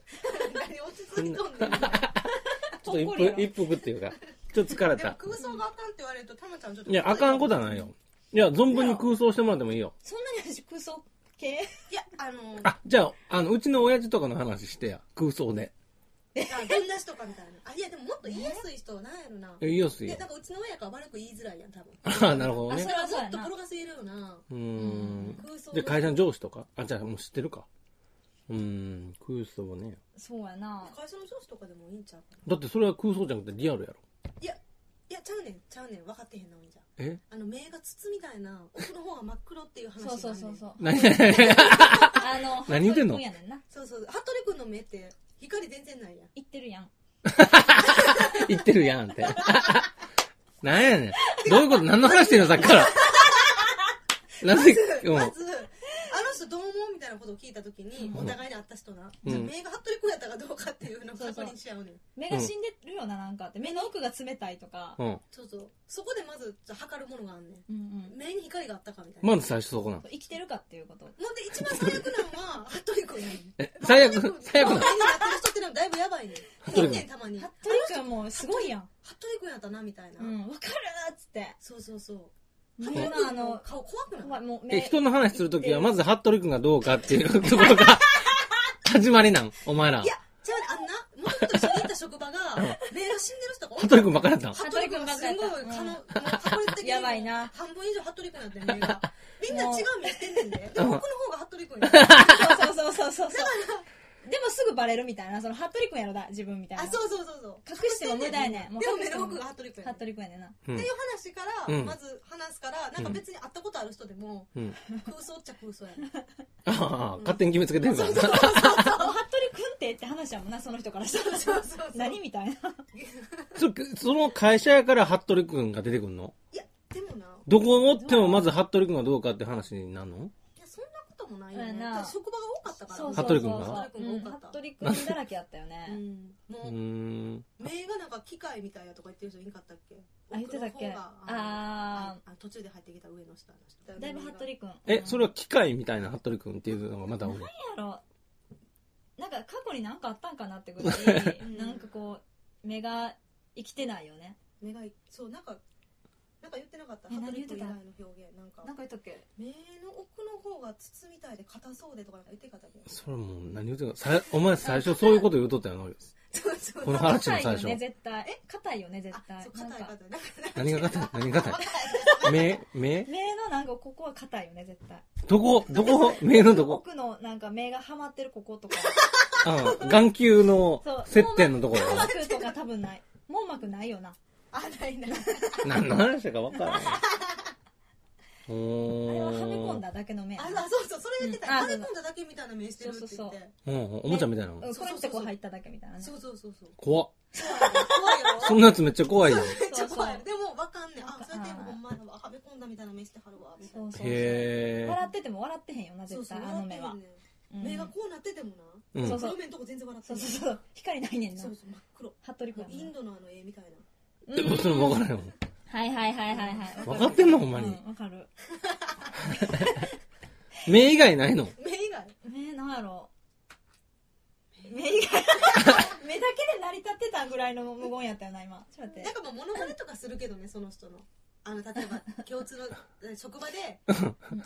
Speaker 3: 何落ち着きとんねん
Speaker 1: ちょっと一服、一服っていうか、ちょっと疲れ
Speaker 3: でも
Speaker 1: た。
Speaker 3: 空想があかんって言われるとタマちゃんちょっと
Speaker 1: いや、あかんことはないよ。いや、存分に空想してもらってもいいよ。
Speaker 2: そんなに私空想系
Speaker 3: いやあのあ
Speaker 1: あ、じゃあ、あの、うちの親父とかの話してや。空想で。
Speaker 3: どんな人かみたいなあいやでももっと言いやすい人なんやろな
Speaker 1: えいいよ、すい
Speaker 3: で
Speaker 1: よ。
Speaker 3: なんかうちの親から悪く言いづらいやん多分
Speaker 1: あーなるほど
Speaker 3: あ
Speaker 1: ね
Speaker 3: そ。れはもっと転がすいるよな
Speaker 1: うーん。
Speaker 3: 空想
Speaker 1: じゃあ、会社の上司とかあ、じゃあ、もう知ってるか。うーん、空想ね。
Speaker 2: そうやな
Speaker 3: 会社の上司とかでもいいんちゃうかな
Speaker 1: だってそれは空想じゃなくてリアルやろ。
Speaker 3: いやいやちゃうねんちゃうねん分かってへんなおんじゃ
Speaker 1: え
Speaker 3: あの目が筒みたいな奥の方は真っ黒っていう話があ
Speaker 2: そ
Speaker 3: ん
Speaker 2: う
Speaker 3: ねん
Speaker 2: そうそうそう。
Speaker 1: 何何何
Speaker 2: あの、
Speaker 1: 何言ってんの
Speaker 2: 服やねんな。
Speaker 3: そうそう服部君の目って光全然ないやん
Speaker 2: 言ってるやん。
Speaker 1: 言ってるやんって。なんやねん。どういうこと何の話してるのさっきから。なんで、うん。
Speaker 3: まず、あの人どう思うみたいなことを聞いたときに、
Speaker 1: ん
Speaker 3: お互いに会った人な、
Speaker 1: うん
Speaker 3: じゃあ目が服部君やったかどうかっていうのを確認し合うねん。
Speaker 2: 目が死んでるよな、なんかって。目の奥が冷たいとか。
Speaker 1: うん。
Speaker 3: そうそう。そこでまず、じゃあ測るものがあんねん。
Speaker 2: うんうん。
Speaker 3: 目に光があったかみたいな。
Speaker 1: まず最初そこなん。
Speaker 2: 生きてるかっていうこと。
Speaker 3: もんで一番最悪なのは、服部君やねん。
Speaker 1: え、最悪、最悪
Speaker 3: 目
Speaker 1: な
Speaker 3: にな
Speaker 1: の
Speaker 3: ってる人ってのはだいぶやばいねん。
Speaker 1: 服部君
Speaker 3: いんねんたまに。
Speaker 2: 服
Speaker 3: 服
Speaker 2: 部君もうすごいやん。
Speaker 3: 部君やったな、みたいな。
Speaker 2: うん、わかるーっつって。
Speaker 3: そうそうそう。
Speaker 2: み
Speaker 3: 服
Speaker 2: ん
Speaker 3: 部
Speaker 2: なあ
Speaker 3: 君
Speaker 2: の
Speaker 3: の、顔怖く
Speaker 2: お
Speaker 3: な
Speaker 2: 前
Speaker 3: い
Speaker 2: もう目
Speaker 1: え、人の話するときは、まず、服部君がどうかっていうところが、始まりなん。お前ら
Speaker 3: い。や、じゃあね、あんな、もともと一緒に行った職場が、目が死んでる人が多い
Speaker 1: 服部君ばっかりやったん。
Speaker 3: 服部君がすごい、
Speaker 2: 服部君ばっか
Speaker 3: 可
Speaker 2: りや
Speaker 3: 能、
Speaker 2: っ
Speaker 3: 確率的に。
Speaker 2: やばいな
Speaker 3: 半分以上服部君やってる目 が。みんな違う目してんねんで。で
Speaker 1: うん
Speaker 3: も僕の方が服部君やった。
Speaker 2: そうそうそうそうそう。でもすぐバレるみたいな、その、服部君やろだ、自分みたいな。
Speaker 3: あ、そうそうそうそう。
Speaker 2: 隠しても無駄やねんもう
Speaker 3: でも
Speaker 2: 隠し
Speaker 3: 目
Speaker 2: て
Speaker 3: の
Speaker 2: も
Speaker 3: 奥が服部君や
Speaker 2: 服
Speaker 3: ねん。っ
Speaker 2: 部君や ねんな。
Speaker 1: う
Speaker 3: て
Speaker 1: ん
Speaker 3: いう。話か
Speaker 1: う
Speaker 3: ら、
Speaker 1: ん
Speaker 3: まず話すから、なんか別に会ったことある人でも、
Speaker 1: うん。
Speaker 3: 空想っちゃ空想やねん。
Speaker 1: ああ、勝手に決めつけてるからな。
Speaker 2: もう服部君ってって話やもんな、その人からしたら。
Speaker 3: そうそうそう。
Speaker 2: 何
Speaker 3: い
Speaker 2: みたいな。
Speaker 1: そその会社やから服部君が出てくんの
Speaker 3: や、でもな、
Speaker 1: どこを追ってもまず服部君がどうかって話になるの
Speaker 3: いや、そんなこともないよ
Speaker 2: そ
Speaker 3: ね。
Speaker 2: うやな
Speaker 3: ただ職場が多かったから。
Speaker 1: 服部君が
Speaker 2: そうそうそう
Speaker 3: 服部君が多かった
Speaker 2: うん服部君だらけやったよ
Speaker 3: う
Speaker 2: ね。
Speaker 3: ん。
Speaker 1: う
Speaker 3: も
Speaker 1: ー
Speaker 3: う、
Speaker 1: ん。
Speaker 3: 目がなんか機械みたいやとか言ってる人いなかったっけ
Speaker 2: あ、言ってたっけ
Speaker 3: 奥の方がの
Speaker 2: あ
Speaker 3: あ途中で入ってきた上の下の人
Speaker 2: ー、だいぶ服部君。
Speaker 1: え、それ
Speaker 2: は
Speaker 1: は機械みたいな服部君っていうのがまだ多い。
Speaker 2: やろなんか過去になんかあったんかなってぐらい、
Speaker 3: うん
Speaker 2: なんかこう、目が生きてないよね。
Speaker 3: 目がそうなんかなんか言ってなかった
Speaker 2: え
Speaker 3: 服部
Speaker 2: 何言
Speaker 3: 君
Speaker 2: っ
Speaker 3: 以外
Speaker 2: てた
Speaker 3: の表現なんか
Speaker 2: なんか言ったっけ
Speaker 3: 目の奥の方が筒みたいで硬そうでとかなんか言ってなかったっけ
Speaker 1: それもう何言うてんのさお前最初そういうこと言うとったよな。
Speaker 3: そうそう
Speaker 1: この
Speaker 3: あ
Speaker 1: 話の
Speaker 2: 硬い
Speaker 1: 最
Speaker 2: よ
Speaker 1: 初
Speaker 2: ね、。絶対。え、硬いよね、絶対。
Speaker 3: そう硬い
Speaker 2: なんか
Speaker 3: 硬いなんか
Speaker 1: 何が硬い何が硬い目目
Speaker 2: 目のなんかここは硬いよね、絶対。
Speaker 1: どこどこ目のどこ
Speaker 2: 奥のなんか目がはまってるこことか。
Speaker 1: うん。眼球の
Speaker 2: そう
Speaker 1: 接点のところ
Speaker 2: 網
Speaker 1: が。
Speaker 2: 膜とか多分ない。網膜ないよな。
Speaker 3: あないない
Speaker 1: 何の話だか分 からない。お
Speaker 2: あれははめ込ん
Speaker 1: ー。
Speaker 2: だだけの目や
Speaker 3: あ
Speaker 2: な。
Speaker 3: そうそうそれ言ってた
Speaker 2: うんあ
Speaker 3: はめ込んだだけみたいな目してるって
Speaker 2: そ
Speaker 3: 言
Speaker 2: う
Speaker 3: っ
Speaker 2: そう
Speaker 3: て
Speaker 1: うん、おもちゃみたいなの
Speaker 2: う。ん、これってこう入っただけみたいなね。
Speaker 3: そうそうそうそう
Speaker 1: 怖っ
Speaker 3: 怖いよ
Speaker 1: そんなやつめっちゃ怖いよ。
Speaker 3: めっちゃ怖
Speaker 2: そうそ
Speaker 3: いうでもわかんねえあ
Speaker 2: なんか
Speaker 3: そうやってほんまやわはめ込んだみたいな目してはるわみたい
Speaker 2: そ
Speaker 3: な
Speaker 2: うそうそう
Speaker 1: へ
Speaker 2: 笑ってても笑ってへんよな、
Speaker 3: そう
Speaker 2: 絶
Speaker 3: そう
Speaker 2: 対、あの目は。うん
Speaker 3: 目がこうなってても
Speaker 1: ー。う
Speaker 2: そ
Speaker 1: ん
Speaker 2: う。そう
Speaker 3: な、黒目のとこ全然笑って
Speaker 2: そう
Speaker 3: ない
Speaker 2: そうそう。光ないねんな
Speaker 3: そ。うそう真っ黒
Speaker 2: 服部君
Speaker 3: インドのあの絵みたいな
Speaker 1: でもそれも分からないもん。
Speaker 2: はいはいはいはいはい。
Speaker 1: 分かってんのほんま
Speaker 2: う
Speaker 1: に
Speaker 2: ん。、わかる。
Speaker 1: 目以外ないの
Speaker 3: 目以外
Speaker 2: 目、なんやろ。 目以外、目だけで成り立ってたぐらいの無言やったよな、今。ちょっと待
Speaker 3: な
Speaker 2: っ
Speaker 3: んかまあ物まねとかするけどねその人のあの例えば共通のえ 職場で
Speaker 2: て。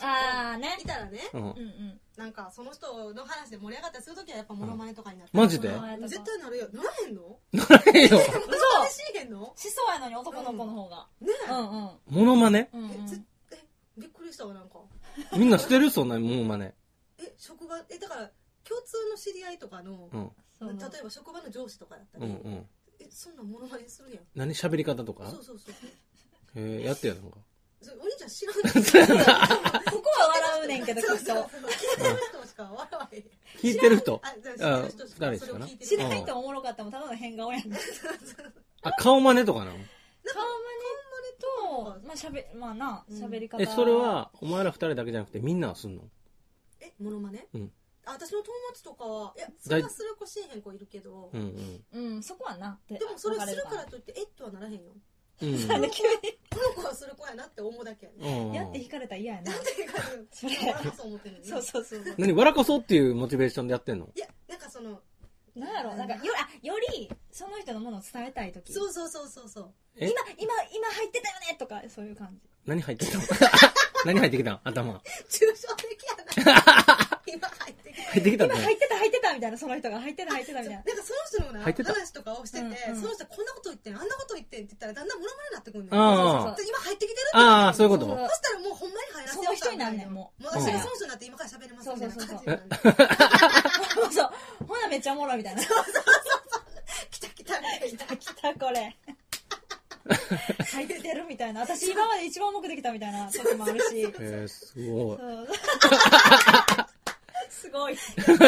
Speaker 2: あーね
Speaker 3: い。たらね
Speaker 1: うん
Speaker 2: う。んうん。
Speaker 3: なんはその人の話で盛り上がったりするときはやっぱ物まねとかになって
Speaker 1: マジで
Speaker 3: 絶対なるよならへんの
Speaker 1: なれよ。
Speaker 3: 物まねしへんの
Speaker 2: しそうやのに男の子の方が。
Speaker 3: ね
Speaker 2: うんうん。
Speaker 1: モノマネ
Speaker 2: うん
Speaker 3: ええ
Speaker 2: う
Speaker 3: ぜ
Speaker 2: ん。
Speaker 3: えびっくりしたわなんか
Speaker 1: みんなしてるそんなモノマネ。
Speaker 3: え職場えだから共通の知り合いとかの
Speaker 1: うん。
Speaker 2: そう
Speaker 3: 例えば職場の上司とかやった
Speaker 1: う
Speaker 3: ら
Speaker 1: んうん。
Speaker 3: えそんなん物まねするやん
Speaker 1: 何喋り方とか
Speaker 3: そうそうそうそう
Speaker 1: へえ、やってやるのか。
Speaker 3: それお兄ちゃん知らん
Speaker 2: ここは笑うね んけど、きっ
Speaker 3: そうそう
Speaker 2: と。
Speaker 3: そう聞いてる人しか笑わへん
Speaker 1: 聞いてる人。
Speaker 3: あ、じゃあ知ってる人しかそれを聞いて
Speaker 2: 知
Speaker 3: る
Speaker 2: らん人おもろかったもんただの変顔やん。顔真似
Speaker 1: あ、顔真似とかなの
Speaker 2: と、まあしゃべ、まあな、
Speaker 3: うん
Speaker 2: 喋り方。
Speaker 1: え、それ、は、お前ら二人だけじゃなくてみんなはすんの
Speaker 3: え、モノマネ
Speaker 1: うん
Speaker 3: あ私の友達とかは、いや、それはする子しへん子いるけど、
Speaker 1: うんうん。
Speaker 2: うん、そこはなって。
Speaker 3: でもそれするから
Speaker 2: わ
Speaker 3: といって、えっとはならへんよ。
Speaker 1: うん
Speaker 2: れるから。急
Speaker 3: この子はする子やなって思うだけやね。
Speaker 1: うん。う
Speaker 2: に、やって
Speaker 1: ん
Speaker 2: 引かれたら嫌やな。それ
Speaker 3: 俺もそう思ってるのに
Speaker 2: そうそうそう。
Speaker 1: 何笑かそうっていうモチベーションでやってんの
Speaker 3: いや、なんかその、
Speaker 2: なんやろ、なんか、よ、あ、より、その人のものを伝えたいとき。今、
Speaker 3: そうそうそうそうそう。
Speaker 1: え
Speaker 2: 今、今入ってたよねとか、そういう感じ。
Speaker 1: 何入ってきたの 何入ってきたの頭。
Speaker 3: 抽象的やな。今入ってきて。
Speaker 1: 入ってきたっ
Speaker 2: 今
Speaker 1: て。
Speaker 2: 入ってた、入ってたみたいな、その人が入ってた、入ってたみ
Speaker 3: そう
Speaker 2: た
Speaker 3: な。
Speaker 2: いなん
Speaker 3: かその人のな
Speaker 1: 入ってた
Speaker 3: 話とかをしてて、
Speaker 2: うんうん
Speaker 3: その人こんなこと言ってん、あんなこと言ってんって言ったらだんだんモノマネになってくるんだよ。
Speaker 2: そうそう
Speaker 1: あ
Speaker 2: そ
Speaker 3: で今入ってきてるってこと
Speaker 1: あ。ああ、そういうこ
Speaker 2: そう
Speaker 1: と
Speaker 2: そう
Speaker 3: そしたらもうほんまに入らせようか
Speaker 2: その人になんねんも
Speaker 3: う私がその人になって今から喋れますみたいな感じになる
Speaker 2: そう そう。ほな、めっちゃおもろいみたいな。
Speaker 3: 来た来たみたいな
Speaker 2: 来た、これ。書いてるみたいな。私今まで一番重くできたみたいな時もあるし。
Speaker 1: えー、すごい
Speaker 2: そ。うすごい。
Speaker 3: えでも周りに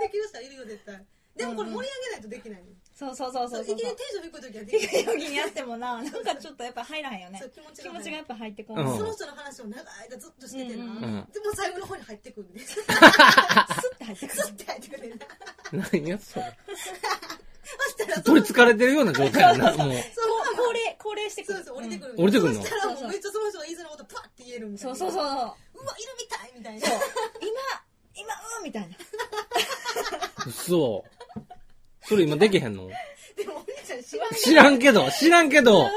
Speaker 3: できる人はいるよ絶対でもこれ盛り上げないとできないの
Speaker 2: そうそうそう
Speaker 3: そ
Speaker 2: そうう
Speaker 3: い
Speaker 2: そう
Speaker 3: きなりテンション低い時はで
Speaker 2: 手
Speaker 3: き
Speaker 2: が
Speaker 3: ない
Speaker 2: よぎにあってもな、なんかちょっとやっぱ入らへんよね
Speaker 3: そう。気持ち
Speaker 2: 気
Speaker 3: が
Speaker 2: 持
Speaker 3: ね
Speaker 2: ちがやっぱ入ってこ
Speaker 1: う
Speaker 2: なんい。
Speaker 3: そ
Speaker 2: ス
Speaker 3: の人の話を長い間ずっとしててな、
Speaker 2: うん
Speaker 1: うんうん
Speaker 3: でも最後の方に入ってく るんでス
Speaker 2: ッて入ってくる。
Speaker 3: ッて入ってくるんだ
Speaker 1: 何やそれ。
Speaker 3: そしたらそ
Speaker 1: 取
Speaker 3: の
Speaker 1: り憑かれてるような状態やな、もう。
Speaker 2: こ高齢、高齢してく
Speaker 3: そう
Speaker 2: る。
Speaker 3: そう降りてくる、
Speaker 1: うん降りてくるの
Speaker 3: そしたらもうめっちゃその人が言いそうなことパッて言えるみたい
Speaker 2: そ
Speaker 3: な
Speaker 2: うそうそううそう。
Speaker 3: うわいるみたいみたいな
Speaker 2: そう。今、今、うんみたいな。
Speaker 1: 嘘。それ今できへんの
Speaker 3: でもお兄ちゃん知らん
Speaker 1: 知らんけど、知らんけど、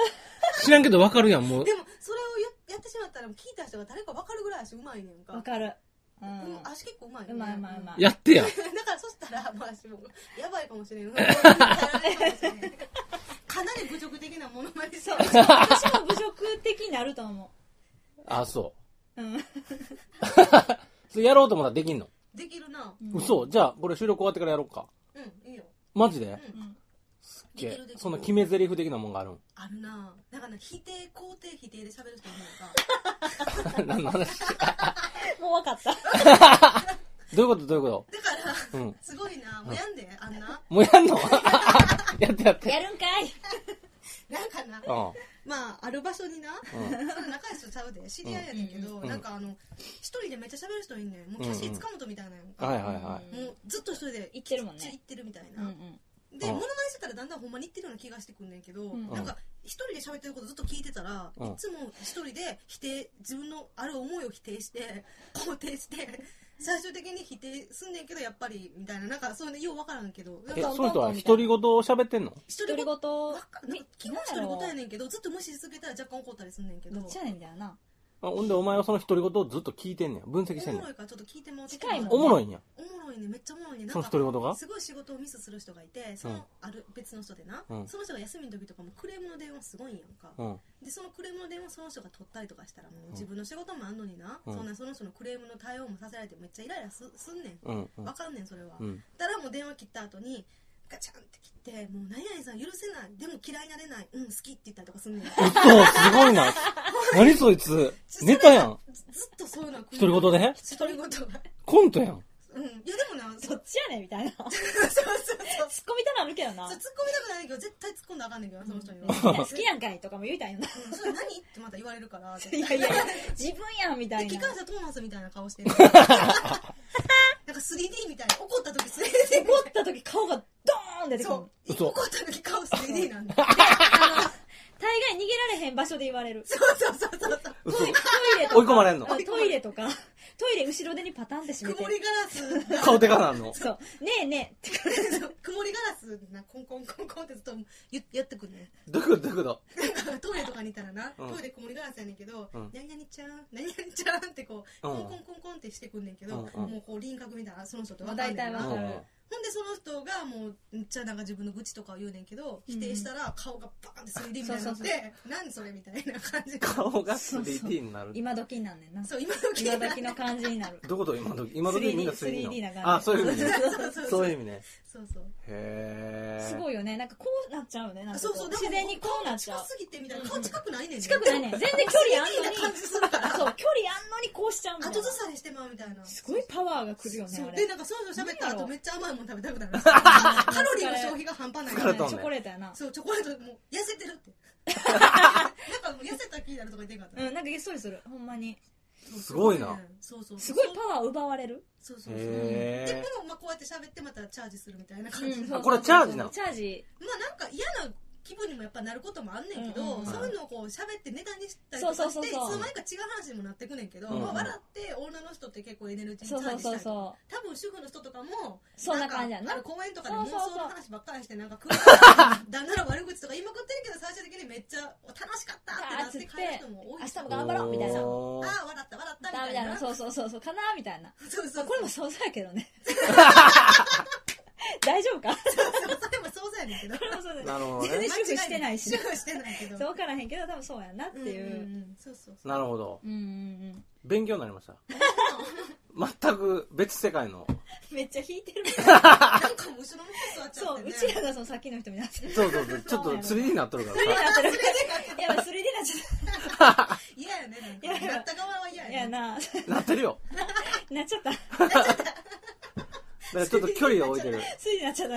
Speaker 1: 知らんけどわかるやん、もう
Speaker 3: で。もそれをややってしまったら聞いた人が誰か分かるぐらいやしうまいねんか
Speaker 2: わかる。うん。
Speaker 3: うん、足結構うまいよね
Speaker 2: うまいうまいうまい
Speaker 1: やってや。
Speaker 3: だからそしたら、まあ、足もやばいかも しれん。 やられるかもしれんかなり侮辱的なものまね
Speaker 2: そ
Speaker 3: そうう。。
Speaker 2: 私も侮辱的になると思。
Speaker 1: あ、そう
Speaker 2: うん。
Speaker 1: う。それやろうと思ったらできんの
Speaker 3: できるな。
Speaker 1: 嘘。じゃあ、これ収録終わってからやろうか。
Speaker 3: うん、いいよ。
Speaker 1: マジで
Speaker 3: うん、
Speaker 1: け
Speaker 3: できるできる
Speaker 1: その決め台詞的なもんがあるん。
Speaker 3: あるな。だから、否定、肯定、否定で喋る人いるのか。
Speaker 1: 何の話
Speaker 2: もうわかった。
Speaker 1: どういうことどういうこ
Speaker 3: だから、
Speaker 1: とうん。
Speaker 3: すごいな。もうやんで、あんな。
Speaker 1: もうやんの やってやって。
Speaker 2: やるんかい。
Speaker 3: なんかな。
Speaker 1: うん。
Speaker 3: まあ、ある場所にな。
Speaker 1: うん
Speaker 3: それ仲良い人ちゃうで、知り合いやねんけど、
Speaker 1: うん
Speaker 3: なんかあの、一人でめっちゃ喋る人いんねん。もうキャシー塚本みたいなやんか。
Speaker 1: はいはいは
Speaker 3: もうずっと一人で
Speaker 2: 言ってるもんね
Speaker 3: 行ってるみたいな。
Speaker 2: うんうん。
Speaker 3: で、
Speaker 1: うん
Speaker 3: モノマネしてたらだんだんほんまに言ってるような気がしてくんねんけど、
Speaker 2: うん
Speaker 3: なんか一人で喋ってることずっと聞いてたら、
Speaker 1: うん
Speaker 3: いつも一人で否定自分のある思いを否定して 肯定して最終的に否定すんねんけどやっぱりみたいななんかそういうのよう分からんけどなん
Speaker 1: い。え、
Speaker 3: か
Speaker 1: その人は独り言を喋ってんの
Speaker 3: 一
Speaker 2: 独
Speaker 3: 人
Speaker 2: り
Speaker 3: ご
Speaker 2: 言
Speaker 3: わ
Speaker 2: を。ど
Speaker 3: かなんか基本一人ごやねんけどずっと無視し続けたら若干怒ったりすんねんけど
Speaker 2: っちやねんだよな。
Speaker 1: あほんで、お前はその独り言をずっと聞いてんねや。分析して
Speaker 3: お
Speaker 1: んね
Speaker 3: もろ
Speaker 1: や。
Speaker 3: いからちょっと聞いてもらって
Speaker 2: 近いもん
Speaker 1: おもろ
Speaker 3: い
Speaker 1: いんや。
Speaker 3: おもろいねめっちゃおもろいね
Speaker 1: その
Speaker 3: なんか
Speaker 1: 独り言が
Speaker 3: すごい仕事をミスする人がいてそ
Speaker 1: うん
Speaker 3: のある別の人でな、
Speaker 1: うん
Speaker 3: その人が休みの時とかもクレームの電話すごいんやんか、
Speaker 1: うん。
Speaker 3: でそのクレームの電話その人が取ったりとかしたらもう自分の仕事もあんのにな、
Speaker 1: うん
Speaker 3: そんなその人のクレームの対応もさせられてめっちゃイライラすすんね
Speaker 1: うん。うんん
Speaker 3: わかんねんそれは、
Speaker 1: うん。
Speaker 3: だからもう電話切った後にガチャンって切って「もう何々さん許せないでも嫌いになれないうん好き」って言ったりとかすんねんず
Speaker 1: 嘘すごいな。何そいつ。ネタやん。
Speaker 3: ずっとそういうのは
Speaker 1: 独り言で
Speaker 3: 独り言が
Speaker 1: コントやん。
Speaker 3: うんいやでもなそ
Speaker 2: ど
Speaker 3: う
Speaker 2: っちやねんみた いな。突
Speaker 3: そう
Speaker 2: っ
Speaker 3: そうそう
Speaker 2: 込みたなるけどな
Speaker 3: そう突っ。込みたくないけど絶対突っ込んだらあかんねんけどなその人には、
Speaker 2: 好きなんかいとかも言いたいよな。
Speaker 3: うんそれ何ってまた言われるから
Speaker 2: いやいやいや、自分やんみたい
Speaker 3: で機
Speaker 2: な。
Speaker 3: 関車トーマスみたいな顔してるなんか 3D みたいな怒った時 3D
Speaker 2: 怒った時顔がドーン出てくる
Speaker 3: そ。う
Speaker 1: 嘘
Speaker 3: 怒った時顔 3D なんだ
Speaker 2: 大概逃げられへん場所で言われる。
Speaker 3: そうそうそうそうそう
Speaker 1: 嘘
Speaker 2: トイレとか。
Speaker 1: 追い込まれんの
Speaker 2: うトイレとか、 トイレ後ろ手にパタンって閉めて
Speaker 3: 曇。りガラス
Speaker 1: 顔でかなんの。
Speaker 2: そう。ねえねえ。
Speaker 3: そう曇りガラスなコンコンコンコンってずっと言やってくんね
Speaker 1: どういうことどういうこ
Speaker 3: なんかトイレとかにいたらな、
Speaker 1: うん
Speaker 3: トイレ曇りガラスやねんけど、
Speaker 1: うん
Speaker 3: 何々ちゃん何々ちゃんってこう、
Speaker 1: うん
Speaker 3: コンコンコンコンってしてくんねんけど、
Speaker 1: うんうん
Speaker 3: もうこう輪郭みたいなその人と
Speaker 2: まあ
Speaker 3: かんね
Speaker 2: 大
Speaker 3: んな
Speaker 2: 体
Speaker 1: と
Speaker 2: わかる。
Speaker 3: ほんでその人がもうめっちゃなんか自分の愚痴とかを言うねんけど
Speaker 2: うん
Speaker 3: 否定したら顔がバーンって 3D みたいになっ
Speaker 2: そうそう
Speaker 3: て何それみたいな感じ
Speaker 1: 顔が 3D になる。
Speaker 2: 今時になんねんな。
Speaker 3: そう今
Speaker 2: 今
Speaker 3: 時
Speaker 2: 時の感じになる。
Speaker 1: どういうこと今時今時みんな 3D なの
Speaker 2: 3D な感じ。
Speaker 1: あ、そういう意味ね。
Speaker 3: そうそう
Speaker 1: そういう意味ね。
Speaker 3: そうそう
Speaker 1: へー。
Speaker 2: すごいよね。なんかこうなっちゃうよね。なんか
Speaker 3: そうそう
Speaker 2: 自然にこうなっちゃう
Speaker 3: 近。すぎてみたいな顔近くないねん
Speaker 2: 近くないねん。全然距離あんの
Speaker 3: 3D
Speaker 2: に
Speaker 3: な感じするか。ら
Speaker 2: そう、距離あんのにこうしちゃうんだよ
Speaker 3: 後ずさりしてまうみたいな
Speaker 2: すごいパワーがくるよね、
Speaker 3: そう
Speaker 2: あ
Speaker 3: で
Speaker 2: れ。
Speaker 3: なんかそういうの喋った
Speaker 2: なんやろ
Speaker 3: 後めっちゃ甘いもん食べた くなるカロリーの消費が半端ない
Speaker 1: 疲れたん
Speaker 2: チ
Speaker 1: だ
Speaker 2: ョコレートやな。
Speaker 3: そうチョコレートもう痩せてるって なんかもう痩せた気になるとか言ってんかった
Speaker 2: うん、なんかげっそりする。ほんまに。
Speaker 3: そう
Speaker 1: すごいな
Speaker 3: そうそうそう
Speaker 2: すごいパワー奪われる。
Speaker 3: そうそうそうで
Speaker 1: へ
Speaker 3: もまあこうやって喋ってまたチャージするみたいな感じ、
Speaker 2: うん
Speaker 3: ま
Speaker 1: あこれはチャージなの
Speaker 2: チャージ。
Speaker 3: あなんか嫌な気分にもやっぱなることもあんねんけど、
Speaker 2: うんうんうん
Speaker 3: そういうのをこう喋ってネタにしたりとかして
Speaker 2: そうそうそうそ
Speaker 3: つ
Speaker 2: う
Speaker 3: の間にか違う話にもなってくねんけど、
Speaker 1: うんうん
Speaker 3: まあ、笑って女の人って結構エネルギーチャ
Speaker 2: そう
Speaker 3: ー
Speaker 2: そう
Speaker 3: ジした
Speaker 2: そう
Speaker 3: りとか
Speaker 2: そう。
Speaker 3: 多分主婦の人とかも
Speaker 2: そんな感じや
Speaker 3: ん
Speaker 2: な
Speaker 3: かあの公園とかで妄
Speaker 2: そうそう
Speaker 3: 想
Speaker 2: そう
Speaker 3: の話ばっかりしてなんか来る旦那の悪口とか言いまくってるけど最終的にめっちゃ楽しかったってなって帰る人も多いし
Speaker 2: あーっつって
Speaker 1: ー。
Speaker 2: も頑張ろうみたいな
Speaker 1: おー
Speaker 3: ああ笑った笑ったみ
Speaker 2: だ
Speaker 3: た
Speaker 2: み
Speaker 3: い
Speaker 2: た
Speaker 3: ない
Speaker 2: な。そうそうそうそう。かなみたいな。
Speaker 3: そうそう
Speaker 2: これも想像やけど ね。大丈夫か
Speaker 3: それもそうそうやねんけど
Speaker 2: これも想像
Speaker 1: な
Speaker 2: や
Speaker 1: るほど
Speaker 2: 全
Speaker 1: ね。
Speaker 2: 然主婦してないし
Speaker 3: 主婦してないけど
Speaker 2: そうわからへんけど、多分そうやなってい
Speaker 3: んん
Speaker 2: う。
Speaker 3: んそうそうそう
Speaker 1: なるほど。
Speaker 2: うんうんうん。
Speaker 1: 勉強になりました。全く別世界の。
Speaker 2: めっちゃ引い てる。
Speaker 3: なんかもう後ろの方座っちゃ
Speaker 2: そ
Speaker 3: って
Speaker 2: う、
Speaker 3: ね
Speaker 2: うちらがそのさっきの人みたい にな
Speaker 1: そうそうそう、ちょっと 3D になっとるからさ。
Speaker 2: ってる。やばい、3D になっちゃっ
Speaker 3: 嫌やねなん
Speaker 2: いやい
Speaker 3: か
Speaker 2: や
Speaker 3: やった側は嫌
Speaker 2: た。
Speaker 3: や
Speaker 2: い
Speaker 3: ね
Speaker 2: やな、
Speaker 1: なってるよ。
Speaker 2: なっちゃった。3D
Speaker 1: だからちょっと距離が置いてる。
Speaker 2: になっちゃった。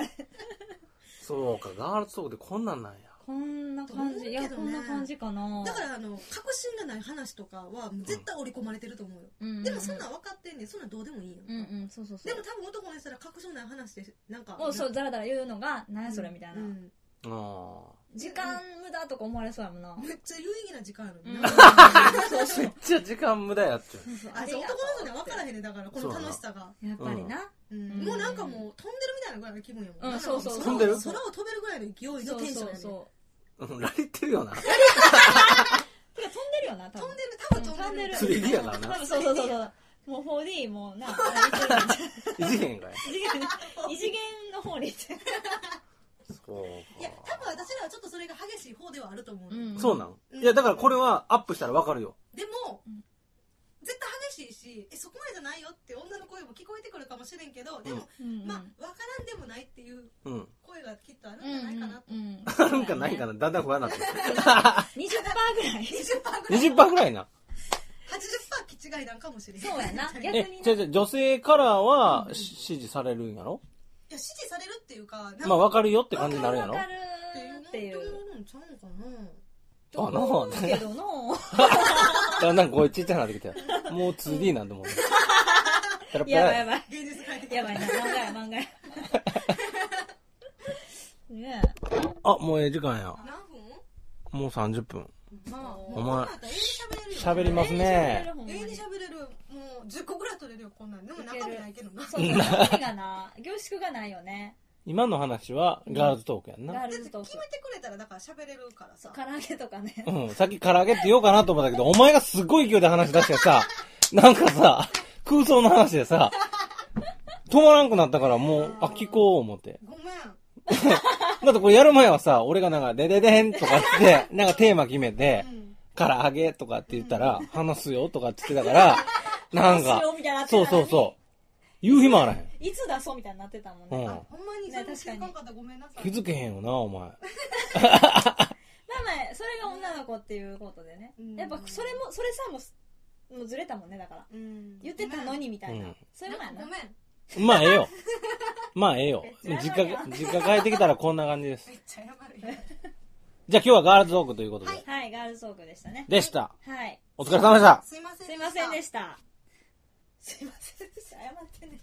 Speaker 1: そうか、ガールズトークでこんなんなんや。
Speaker 2: こんな感じ、いや、
Speaker 3: と
Speaker 2: こ
Speaker 3: 思うけど
Speaker 2: ん
Speaker 3: ね
Speaker 2: な感じかな。
Speaker 3: だからあの確信がない話とかはもう絶対織り込まれてると思うよ、
Speaker 2: うんうんうん
Speaker 3: でもそんなん分かってんねんそんなんどうでもいいよ、
Speaker 2: うんうん、そうそうそ
Speaker 3: でも
Speaker 2: う。
Speaker 3: 多分男の人ら確証ない話でなんか
Speaker 2: もうそう、だらだら言うのが、なんやそれみたいな
Speaker 3: う。ん
Speaker 1: あ
Speaker 2: 時間無駄とか思われそうやもんな。
Speaker 3: めっちゃ有意義な時間やの
Speaker 2: う
Speaker 3: に
Speaker 2: ん
Speaker 3: な、
Speaker 2: そう
Speaker 1: あ。
Speaker 2: そ
Speaker 1: め
Speaker 2: う
Speaker 1: っ。ちゃ時間無駄やっちゃう。
Speaker 3: あそう男の人には分からへんねんだからこの楽しさが、
Speaker 2: やっぱりな。
Speaker 3: うん
Speaker 2: うん
Speaker 3: もうなんかもう飛んでるみたいなぐらいの気分やもん、
Speaker 2: うん
Speaker 3: なんか
Speaker 2: そうそう
Speaker 1: 飛
Speaker 3: 空を
Speaker 1: んでる
Speaker 3: 空を飛べるぐらいの勢い
Speaker 2: そ
Speaker 3: の
Speaker 2: う
Speaker 3: テンションやね
Speaker 2: そう
Speaker 3: ん
Speaker 2: そ
Speaker 1: うん、ラリってるよな。
Speaker 2: う。てか飛んでるよな、多
Speaker 3: 飛
Speaker 2: 分
Speaker 3: ん。でる多分飛んでる、
Speaker 2: 飛んでる
Speaker 1: 3D やから
Speaker 2: 多
Speaker 1: な。
Speaker 2: 分そうそうそうそう。もう 4D もな、何言ってるんじゃん
Speaker 1: いじへんかい。
Speaker 2: 異次元異次元の方に行って。
Speaker 1: そう
Speaker 3: いや多分私らはちょっとそれが激しい方ではあると思う、
Speaker 2: うん
Speaker 1: そうなん、
Speaker 3: うん
Speaker 1: いや、だからこれはアップしたらわかるよ。
Speaker 3: でも、
Speaker 2: うん
Speaker 3: 絶対激しいしえそこまでじゃないよって女の声も聞こえてくるかもしれんけどでも、
Speaker 2: うん
Speaker 3: まあ分からんでもないっていう
Speaker 1: うん。
Speaker 3: 声がきっとあるん
Speaker 2: う
Speaker 3: じゃないかなと、
Speaker 2: んうん
Speaker 1: あるんかないんか
Speaker 2: な。
Speaker 1: な。だんだん不安になって
Speaker 2: 20%ぐらい。
Speaker 3: 20%ぐらい
Speaker 1: る。20%ぐらいな。
Speaker 3: 80%気違いなんかもしれん
Speaker 2: そう や な。逆
Speaker 1: え、じ
Speaker 2: にな
Speaker 1: ゃ。じゃ女性からはし支持されるんやろ
Speaker 3: いや支持されるっていうかなんか
Speaker 1: まあ
Speaker 3: っ
Speaker 1: わかるよって感じになるんやろ
Speaker 2: わかるってて
Speaker 3: い
Speaker 2: いう
Speaker 3: の
Speaker 2: う。
Speaker 3: ちゃうかな
Speaker 1: わかる
Speaker 2: と思うけどの。
Speaker 1: だんだん声ちっちゃくなってきたよ。もう 2D なんてもんね。ペラペ
Speaker 2: やばい
Speaker 1: ラ
Speaker 2: やばい。
Speaker 3: 現実変えて
Speaker 2: やばいな、漫画や漫画や。 ね
Speaker 1: あ、もうええ時間や。
Speaker 3: 何分
Speaker 1: もう30分。
Speaker 2: え。ま
Speaker 3: もう
Speaker 1: お前
Speaker 3: こんなんやったら
Speaker 1: 喋
Speaker 3: 永遠に喋れるよ
Speaker 1: りますね。
Speaker 2: ほん
Speaker 3: 永
Speaker 2: まに
Speaker 3: 遠に喋れるもう10個ぐらい取れるよこんなんでも中身ないけどな
Speaker 2: そ うそう、中身がな、凝縮がないよね。
Speaker 1: 今の話はガールズトークやん
Speaker 2: ガ
Speaker 1: な
Speaker 2: ー。ルズ
Speaker 3: だ
Speaker 2: ト
Speaker 3: っ
Speaker 2: ー
Speaker 3: て
Speaker 2: ク
Speaker 3: 決。めてくれたらだから喋れるからさ
Speaker 2: 唐揚げとかね。
Speaker 1: うん、さっき唐揚げって言おうかなと思ったけど、お前がすごい勢いで話し出してさ、なんかさ、空想の話でさ、止まらんくなったからもう、あ、聞こう思って。
Speaker 3: ごめん
Speaker 1: だってこれやる前はさ、俺がなんか、でででんとかって、なんかテーマ決めて、唐揚げとかって言ったら、話すよとかって言ってたから、なん
Speaker 2: どう
Speaker 1: か
Speaker 2: しよ、うみたいになってた
Speaker 1: そ
Speaker 2: の
Speaker 1: う
Speaker 2: に
Speaker 1: そうそう。言う暇あらへん。
Speaker 2: いつ出そうみたいになってたもん
Speaker 1: う
Speaker 2: ね。
Speaker 1: ん
Speaker 3: あ。ほんまに全然
Speaker 2: ね確かに
Speaker 3: かんかったごめんなさ
Speaker 1: 気
Speaker 3: い
Speaker 1: づけへんよな、お前。
Speaker 2: まあまあ、それが女の子っていうことでね
Speaker 3: うん。
Speaker 2: やっぱ、それも、それさえも、もうずれたもんね、だから。
Speaker 3: うん
Speaker 2: 言ってたのにみたいな。
Speaker 1: うん
Speaker 2: それもや
Speaker 3: ご
Speaker 2: な。
Speaker 3: めん
Speaker 1: まあ、ええよ。まあ、ええよ。
Speaker 2: めっち
Speaker 1: 実
Speaker 2: ゃ謝る
Speaker 1: 家
Speaker 2: やん、
Speaker 1: 実家帰ってきたらこんな感じです
Speaker 3: め。っちゃ謝るよ
Speaker 1: じゃあ今日はガールズトークということで。
Speaker 2: はい、ガールズトークでしたね。
Speaker 1: でした。
Speaker 2: はい。
Speaker 1: お疲れ様でした。
Speaker 3: すいません
Speaker 2: すいませんで
Speaker 3: し
Speaker 2: した。すいませんでした。謝ってね。